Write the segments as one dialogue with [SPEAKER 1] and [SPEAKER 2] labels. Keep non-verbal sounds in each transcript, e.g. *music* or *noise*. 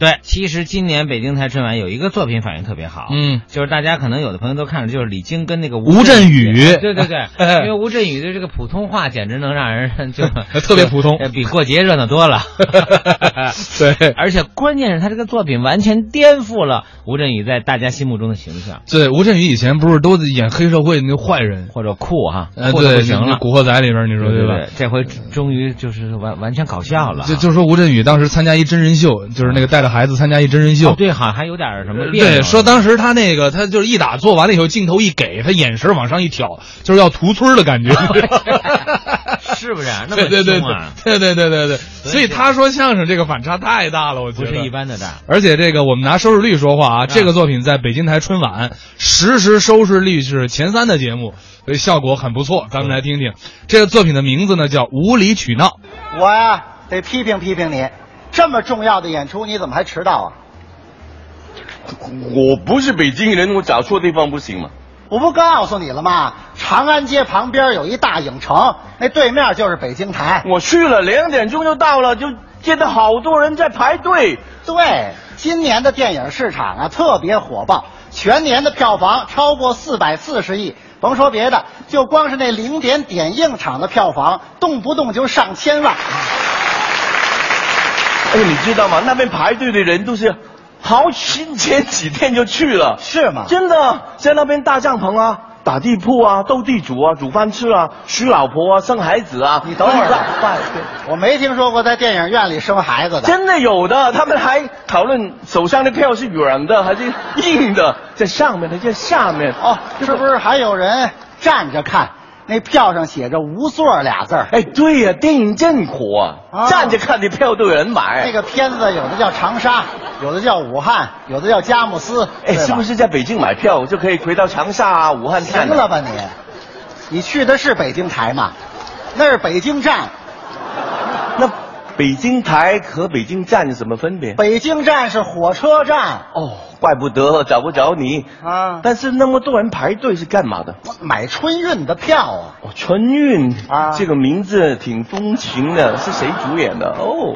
[SPEAKER 1] 对，其实今年北京台春晚有一个作品反应特别好，
[SPEAKER 2] 嗯，
[SPEAKER 1] 就是大家可能有的朋友都看了，就是李菁跟那个
[SPEAKER 2] 吴镇宇
[SPEAKER 1] 对对对，
[SPEAKER 2] 哎
[SPEAKER 1] *laughs* 因为吴镇宇的这个普通话简直能让人 *laughs* 就
[SPEAKER 2] 特别普通。
[SPEAKER 1] 就比过节热闹多 *laughs* 了
[SPEAKER 2] 对
[SPEAKER 1] *laughs* 而且关键是他这个作品完全颠覆了吴镇宇在大家心目中的形象，
[SPEAKER 2] 对，吴镇宇以前不是都演黑社会那坏人，
[SPEAKER 1] 或者酷哈、
[SPEAKER 2] 呃，
[SPEAKER 1] 酷的不
[SPEAKER 2] 对，
[SPEAKER 1] 行
[SPEAKER 2] 那
[SPEAKER 1] 了。
[SPEAKER 2] 古惑仔里边，你说
[SPEAKER 1] 对
[SPEAKER 2] 吧？
[SPEAKER 1] 对，这回终于就是完完全搞笑了啊，
[SPEAKER 2] 就就是说吴镇宇当时参加一真人秀，就是那个带着孩子参加一真人
[SPEAKER 1] 哦
[SPEAKER 2] 秀。
[SPEAKER 1] 啊对，好像还有点什么别扭啊
[SPEAKER 2] 对，说当时他那个，他就是一打做完了以后，镜头一给他，眼神往上一挑，就是要屠村的感觉。 *laughs*
[SPEAKER 1] 是不是啊？那
[SPEAKER 2] 对
[SPEAKER 1] 么
[SPEAKER 2] 对对
[SPEAKER 1] 凶啊，
[SPEAKER 2] 对对对对对，所以他说相声这个反差太大了，我觉
[SPEAKER 1] 不
[SPEAKER 2] 得
[SPEAKER 1] 是一。般的大。
[SPEAKER 2] 而且这个我们拿收视率说话啊，这个作品在北京台春晚实时收视率是前三的节目，所以效果很不错。咱们来听听这个作品的名字呢，叫《无理取闹》。
[SPEAKER 3] 我呀，得批评批评你，这么重要的演出你怎么还迟到啊？
[SPEAKER 4] 我不是北京人，我找错地方不行吗？
[SPEAKER 3] 我不告诉你了吗？长安街旁边有一大影城，那对面就是北京台。
[SPEAKER 4] 我去了两点钟就到了，就见到好多人在排队。
[SPEAKER 3] 对，今年的电影市场啊特别火爆，全年的票房超过四百四十亿。甭说别的，就光是那零点点映场的票房，动不动就上千万。
[SPEAKER 4] 哎，你知道吗？那边排队的人都是好几前几天就去了，
[SPEAKER 3] 是吗
[SPEAKER 4] 真的，在那边搭帐篷啊，打地铺啊，斗地主啊，煮饭吃啊，娶老婆啊，生孩子啊。
[SPEAKER 3] 你等会儿 *laughs* 吧
[SPEAKER 4] 一大半对
[SPEAKER 3] 我没听说过在电影院里生孩子的。
[SPEAKER 4] *laughs* 真的有的，他们还讨论手上的票是软的还是硬的，在上面的，在下面。
[SPEAKER 3] 哦，是不是还有人站着看？那票上写着“无座”俩字儿。
[SPEAKER 4] 哎，对呀、电影真火啊，
[SPEAKER 3] 啊
[SPEAKER 4] 站着看的票都有人买。
[SPEAKER 3] 那个片子有的叫长沙，有的叫武汉，有的叫佳木斯，对
[SPEAKER 4] 哎，
[SPEAKER 3] 吧
[SPEAKER 4] 是不？是在北京买票就可以回到长沙啊、武汉看
[SPEAKER 3] 行
[SPEAKER 4] 啊？
[SPEAKER 3] 了吧你？你去的是北京台吗？那是北京站，
[SPEAKER 4] 那北京台和北京站有什么分别？
[SPEAKER 3] 北京站是火车站
[SPEAKER 4] 哦，怪不得找不着你。
[SPEAKER 3] 啊，
[SPEAKER 4] 但是那么多人排队是干嘛的？
[SPEAKER 3] 买春运的票啊。
[SPEAKER 4] 哦，春运
[SPEAKER 3] 啊
[SPEAKER 4] 这个名字挺风情的，是谁主演的？哦，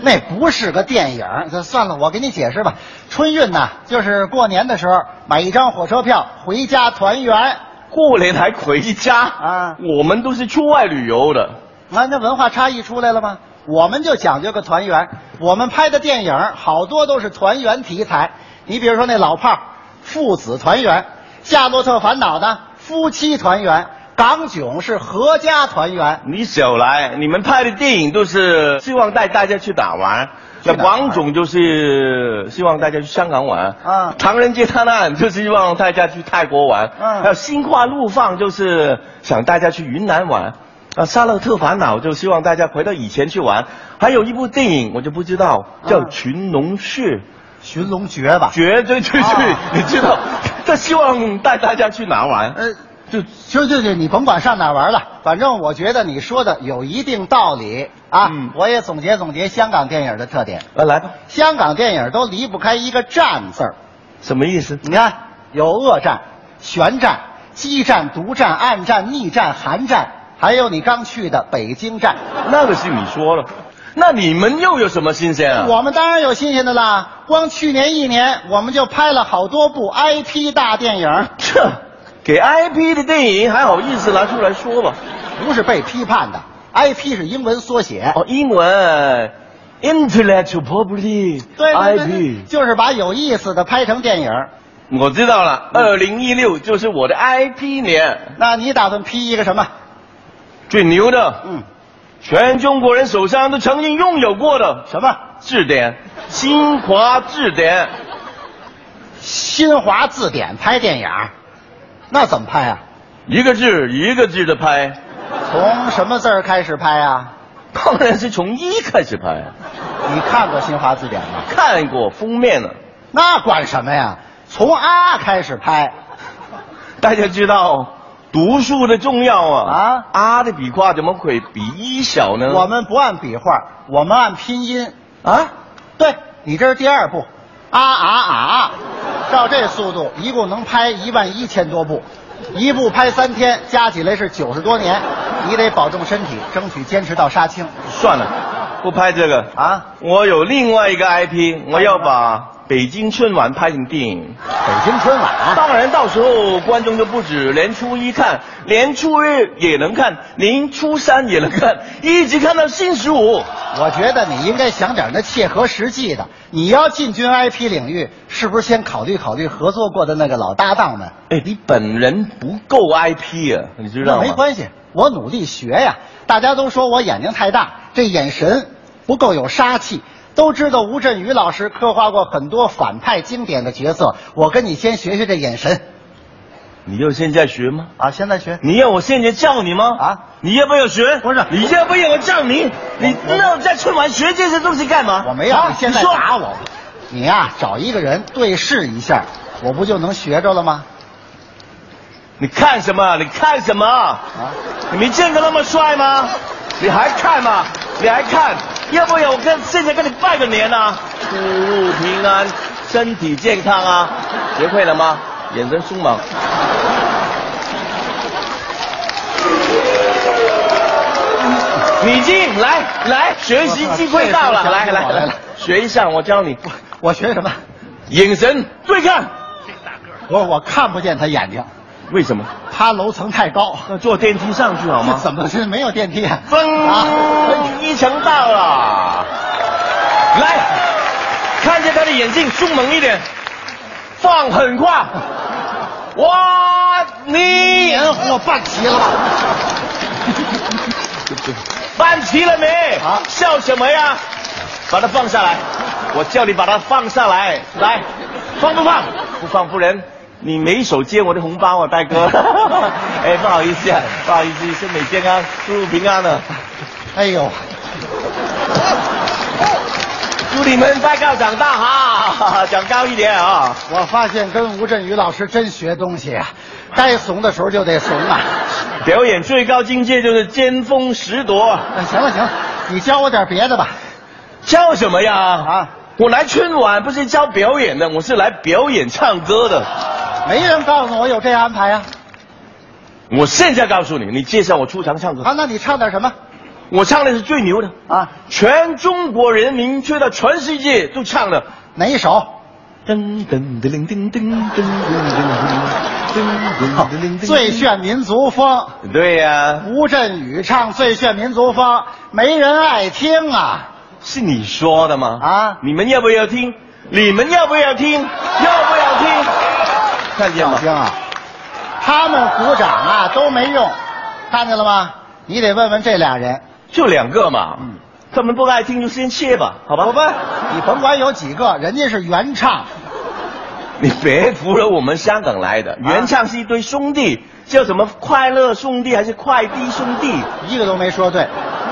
[SPEAKER 3] 那不是个电影，这算了，我给你解释吧。春运呢，就是过年的时候买一张火车票回家团圆啊，
[SPEAKER 4] 过年还回家
[SPEAKER 3] 啊
[SPEAKER 4] 我们都是出外旅游的。
[SPEAKER 3] 那文化差异出来了吗？我们就讲究个团圆，我们拍的电影好多都是团圆题材。你比如说那老炮儿父子团圆，《夏洛特烦恼》呢夫妻团圆，《港囧》是合家团圆。
[SPEAKER 4] 你少来，你们拍的电影都是希望带大家去哪玩？
[SPEAKER 3] 去
[SPEAKER 4] 那
[SPEAKER 3] 哪玩
[SPEAKER 4] 广总就是希望大家去香港玩，
[SPEAKER 3] 啊
[SPEAKER 4] 唐人街探案就是希望大家去泰国玩，
[SPEAKER 3] 嗯
[SPEAKER 4] 还有心花怒放就是想大家去云南玩，啊，夏洛特烦恼就希望大家回到以前去玩，还有一部电影我就不知道叫
[SPEAKER 3] 嗯
[SPEAKER 4] 《群龙士
[SPEAKER 3] 寻龙诀》，吧，
[SPEAKER 4] 绝对去去
[SPEAKER 3] 啊，
[SPEAKER 4] 你知道，他希望带大家去哪玩？
[SPEAKER 3] 呃，
[SPEAKER 4] 就
[SPEAKER 3] 就就就你甭管上哪玩了，反正我觉得你说的有一定道理啊。
[SPEAKER 4] 嗯
[SPEAKER 3] 我也总结总结香港电影的特点，
[SPEAKER 4] 啊，来吧，
[SPEAKER 3] 香港电影都离不开一个“战”字儿。
[SPEAKER 4] 什么意思？
[SPEAKER 3] 你看，有恶战、悬战、激战、独战、暗战、逆战、韩战，还有你刚去的北京站。
[SPEAKER 4] *laughs* 那个是你说了，那你们又有什么新鲜啊？
[SPEAKER 3] 我们当然有新鲜的啦，光去年一年我们就拍了好多部 IP 大电影，
[SPEAKER 4] 这给 IP 的电影还好意思拿出来说吧？
[SPEAKER 3] 不是被批判的。IP 是英文缩写，
[SPEAKER 4] 哦，英文 intellectual property
[SPEAKER 3] 对对对
[SPEAKER 4] IP
[SPEAKER 3] 对，。就是把有意思的拍成电影。
[SPEAKER 4] 我知道了，
[SPEAKER 3] 嗯
[SPEAKER 4] 二零一六就是我的 IP 年，
[SPEAKER 3] 那你打算批一个什么？
[SPEAKER 4] 最牛的，
[SPEAKER 3] 嗯，
[SPEAKER 4] 全中国人手上都曾经拥有过的
[SPEAKER 3] 什么？
[SPEAKER 4] 字典，新华字典。
[SPEAKER 3] 新华字典拍电影？那怎么拍啊？
[SPEAKER 4] 一个字一个字的拍，
[SPEAKER 3] 从什么字儿开始拍啊？
[SPEAKER 4] 当然是从一开始拍。
[SPEAKER 3] 你看过新华字典吗？
[SPEAKER 4] 看过封面了，
[SPEAKER 3] 那管什么呀？从啊开始拍，
[SPEAKER 4] 大家知道读书的重要啊
[SPEAKER 3] 啊
[SPEAKER 4] 啊的笔画怎么会比一小呢？
[SPEAKER 3] 我们不按笔画，我们按拼音。
[SPEAKER 4] 嗯啊，
[SPEAKER 3] 对你这是第二部，啊啊啊啊！照这速度，一共能拍一万一千多部，一部拍三天，加起来是九十多年。你得保重身体，争取坚持到杀青。
[SPEAKER 4] 算了，不拍这个
[SPEAKER 3] 啊
[SPEAKER 4] 啊，我有另外一个 IP，我要把北京春晚拍成电影。
[SPEAKER 3] 北京春晚啊，
[SPEAKER 4] 当然，到时候观众就不止连初一看，连初二也能看，连初三也能看，一直看到新十五。
[SPEAKER 3] 我觉得你应该想点那切合实际的。你要进军 IP 领域，是不是先考虑考虑合作过的那个老搭档们？
[SPEAKER 4] 哎，你本人不够 IP 啊，你知道
[SPEAKER 3] 那
[SPEAKER 4] 吗？
[SPEAKER 3] 没关系，我努力学呀。大家都说我眼睛太大，这眼神不够有杀气。都知道吴镇宇老师刻画过很多反派经典的角色，我跟你先学学这眼神
[SPEAKER 4] 你就现在学吗？
[SPEAKER 3] 啊。现在学，
[SPEAKER 4] 你要我现在叫你吗？
[SPEAKER 3] 啊
[SPEAKER 4] 啊，你要不要学？
[SPEAKER 3] 不是
[SPEAKER 4] 你要不要我叫你？你
[SPEAKER 3] 我
[SPEAKER 4] 那我在春晚学这些东西干嘛？
[SPEAKER 3] 我没有，
[SPEAKER 4] 啊
[SPEAKER 3] 你现在
[SPEAKER 4] 你说
[SPEAKER 3] 打我。你呀、找一个人对视一下，我不就能学着了吗？
[SPEAKER 4] 你看什么？你看什么？你没见过那么帅吗？你还看吗？你还看？要不要我跟现在跟你拜个年啊？出入平安，身体健康啊！学会了吗？眼神凶猛。你进来来，学习机会到 *laughs* 了，来来来，学一下，我教你
[SPEAKER 3] 我学什么？
[SPEAKER 4] 眼神对看。
[SPEAKER 3] 我我看不见他眼睛，
[SPEAKER 4] 为什么？
[SPEAKER 3] 他楼层太高，
[SPEAKER 4] 那坐电梯上去好吗？
[SPEAKER 3] *laughs* 怎么是没有电梯啊？哎
[SPEAKER 4] 分一层到了，来，看见他的眼睛，凶猛一点，放狠话，哇，你
[SPEAKER 3] 年货办齐了吧？
[SPEAKER 4] 办齐了没？
[SPEAKER 3] 啊
[SPEAKER 4] 笑什么呀？把它放下来，我叫你把它放下来，来，放不放？不放，不然你没手接我的红包啊，大 *laughs* 哥。哎，不好意思啊，不好意思，身体健康，出入平安啊了。
[SPEAKER 3] 哎呦，
[SPEAKER 4] 祝你们拜告长大哈， *laughs* 长高一点啊！
[SPEAKER 3] 我发现跟吴镇宇老师真学东西啊，该怂的时候就得怂啊。
[SPEAKER 4] 表演最高境界就是尖峰十夺，
[SPEAKER 3] 哎行了行了，你教我点别的吧。
[SPEAKER 4] 教什么呀？
[SPEAKER 3] 啊
[SPEAKER 4] 啊，我来春晚不是教表演的，我是来表演唱歌的。
[SPEAKER 3] 没人告诉我有这安排啊。
[SPEAKER 4] 我现在告诉你，你介绍我出场唱歌，
[SPEAKER 3] 啊，那你唱点什么？
[SPEAKER 4] 我唱的是最牛的
[SPEAKER 3] 啊
[SPEAKER 4] 啊！全中国人民吹到全世界都唱的。
[SPEAKER 3] 哪一首？
[SPEAKER 4] 噔噔噔噔噔噔噔噔噔噔噔噔。
[SPEAKER 3] 最炫民族风，
[SPEAKER 4] 对呀、
[SPEAKER 3] 吴镇宇唱最炫民族风，没人爱听啊。
[SPEAKER 4] 是你说的吗？
[SPEAKER 3] 啊
[SPEAKER 4] 啊，你们要不要听？你们要不要听？要不要听？看见
[SPEAKER 3] 小
[SPEAKER 4] 吗？
[SPEAKER 3] 星啊，他们鼓掌啊都没用，看见了吗？你得问问这俩人。
[SPEAKER 4] 就两个嘛。
[SPEAKER 3] 嗯
[SPEAKER 4] 他们不爱听就先切吧，好吧？好吧。
[SPEAKER 3] 你甭管有几个，人家是原唱，
[SPEAKER 4] 你别服了，我们香港来
[SPEAKER 3] 啊
[SPEAKER 4] 的原唱是一堆兄弟，叫什么快乐兄弟还是快递兄弟？ *laughs*
[SPEAKER 3] 一个都没说对。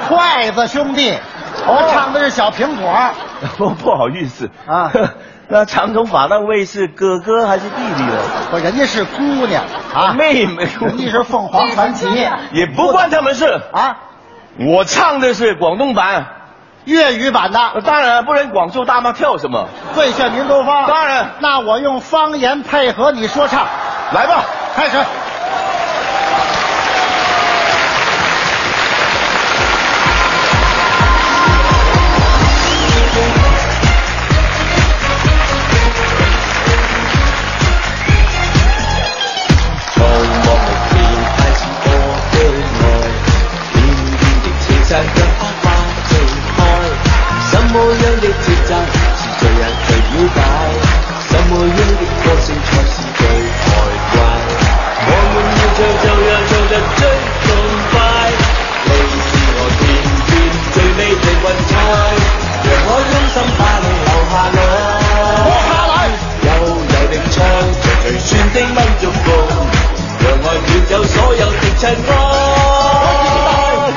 [SPEAKER 3] 筷子兄弟，
[SPEAKER 4] 哦
[SPEAKER 3] 我唱的是小苹果。
[SPEAKER 4] 不不好意思
[SPEAKER 3] 啊
[SPEAKER 4] 啊， *laughs* 那长头发那位是哥哥还是弟弟呢？
[SPEAKER 3] 不，人家是姑娘啊，
[SPEAKER 4] 妹妹，
[SPEAKER 3] 人家是凤凰传奇
[SPEAKER 4] 也不关他们事。
[SPEAKER 3] 啊，
[SPEAKER 4] 我唱的是广东版，
[SPEAKER 3] 粤语版的
[SPEAKER 4] 当然不然广州大妈跳什么？
[SPEAKER 3] 最炫民族风。
[SPEAKER 4] 当然
[SPEAKER 3] 那我用方言配合你说唱，
[SPEAKER 4] 来吧。
[SPEAKER 3] 开始。
[SPEAKER 5] 从望無邊太似個對外，遠遠地青山一花花盛開。什麼樣的節奏是最讓最了解？什麼樣的歌聲才是最開懷？我們要唱就讓唱得最痛快，你是我天邊最美的雲彩，讓我用心把你留下來。
[SPEAKER 3] 我下來
[SPEAKER 5] 悠悠的唱，隨隨旋的民族共，讓愛捲走所有的塵埃。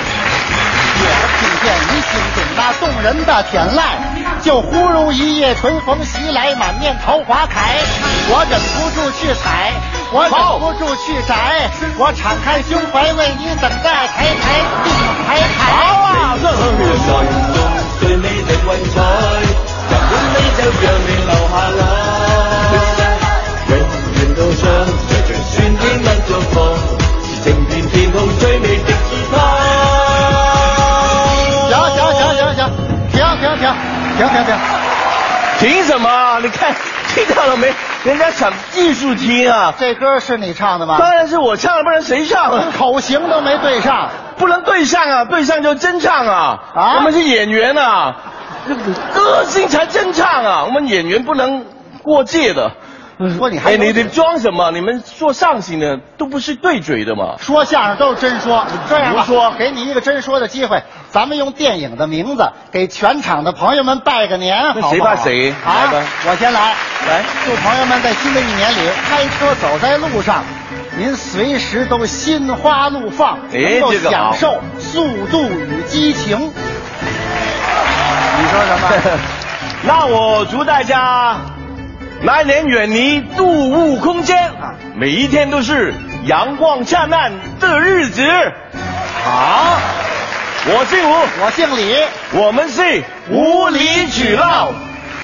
[SPEAKER 3] 我听见你心中那动人的天籁，就忽如一夜春风袭来，满面桃花开。我忍不住去采，我忍不住去摘，我敞开胸怀为你等待，抬抬并排排。好啊，
[SPEAKER 5] 讓愛中最美的雲彩，能管你就讓你留下來。永遠都將最最酸甜蜜作放，是整片天空最美的姿態。
[SPEAKER 3] Dạ, 行行行行行，停停停，
[SPEAKER 4] 凭什么？你看听到了没？人家想艺术厅啊，
[SPEAKER 3] 这歌是你唱的吗？
[SPEAKER 4] 当然是我唱了，不然谁唱
[SPEAKER 3] *laughs*
[SPEAKER 4] 啊？
[SPEAKER 3] 口型都没对上，
[SPEAKER 4] 不能对上啊，对上就真唱啊。
[SPEAKER 3] 啊
[SPEAKER 4] 我们是演员啊，歌星才真唱啊，我们演员不能过界的。
[SPEAKER 3] 说你还
[SPEAKER 4] 哎，
[SPEAKER 3] 有
[SPEAKER 4] 你你
[SPEAKER 3] 点
[SPEAKER 4] 装什么？你们做上行的都不是对嘴
[SPEAKER 3] *laughs*
[SPEAKER 4] 的嘛？
[SPEAKER 3] 说相声都是真说，这样吧
[SPEAKER 4] 胡说
[SPEAKER 3] 给你一个真说的机会，咱们用电影的名字给全场的朋友们拜个年，好不好？
[SPEAKER 4] 谁怕谁
[SPEAKER 3] 啊
[SPEAKER 4] 来吧！
[SPEAKER 3] 我先来，
[SPEAKER 4] 来
[SPEAKER 3] 祝朋友们在新的一年里开车走在路上，您随时都心花怒放，
[SPEAKER 4] 哎
[SPEAKER 3] 能够
[SPEAKER 4] 这个好
[SPEAKER 3] 享受速度与激情。你说什
[SPEAKER 4] *laughs*
[SPEAKER 3] 么？
[SPEAKER 4] 那我祝大家来年远离度物空间，每一天都是阳光灿烂的日子。
[SPEAKER 3] 啊
[SPEAKER 4] 啊好，我姓吴，
[SPEAKER 3] 我姓李。
[SPEAKER 4] 我们是无理取闹。